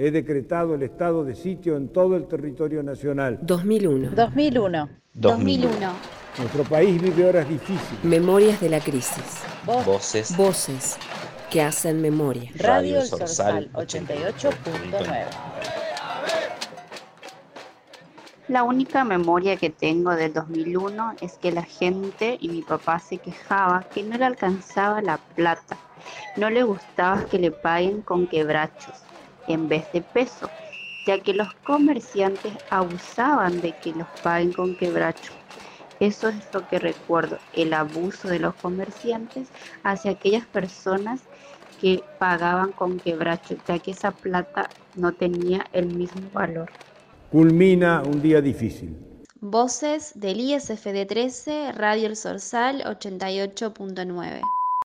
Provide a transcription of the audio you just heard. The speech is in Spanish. He decretado el estado de sitio en todo el territorio nacional. 2001. 2001. 2001. Nuestro país vive horas difíciles. Memorias de la crisis. Voz. Voces. Voces que hacen memoria. Radio El Sorsal 88.9. La única memoria que tengo del 2001 es que la gente y mi papá se quejaba que no le alcanzaba la plata. No le gustaba que le paguen con quebrachos en vez de peso, ya que los comerciantes abusaban de que los paguen con quebrachos. Eso es lo que recuerdo, el abuso de los comerciantes hacia aquellas personas que pagaban con quebracho, ya que esa plata no tenía el mismo valor. Culmina un día difícil. Voces del ISFD 13, Radio El Sorsal 88.9.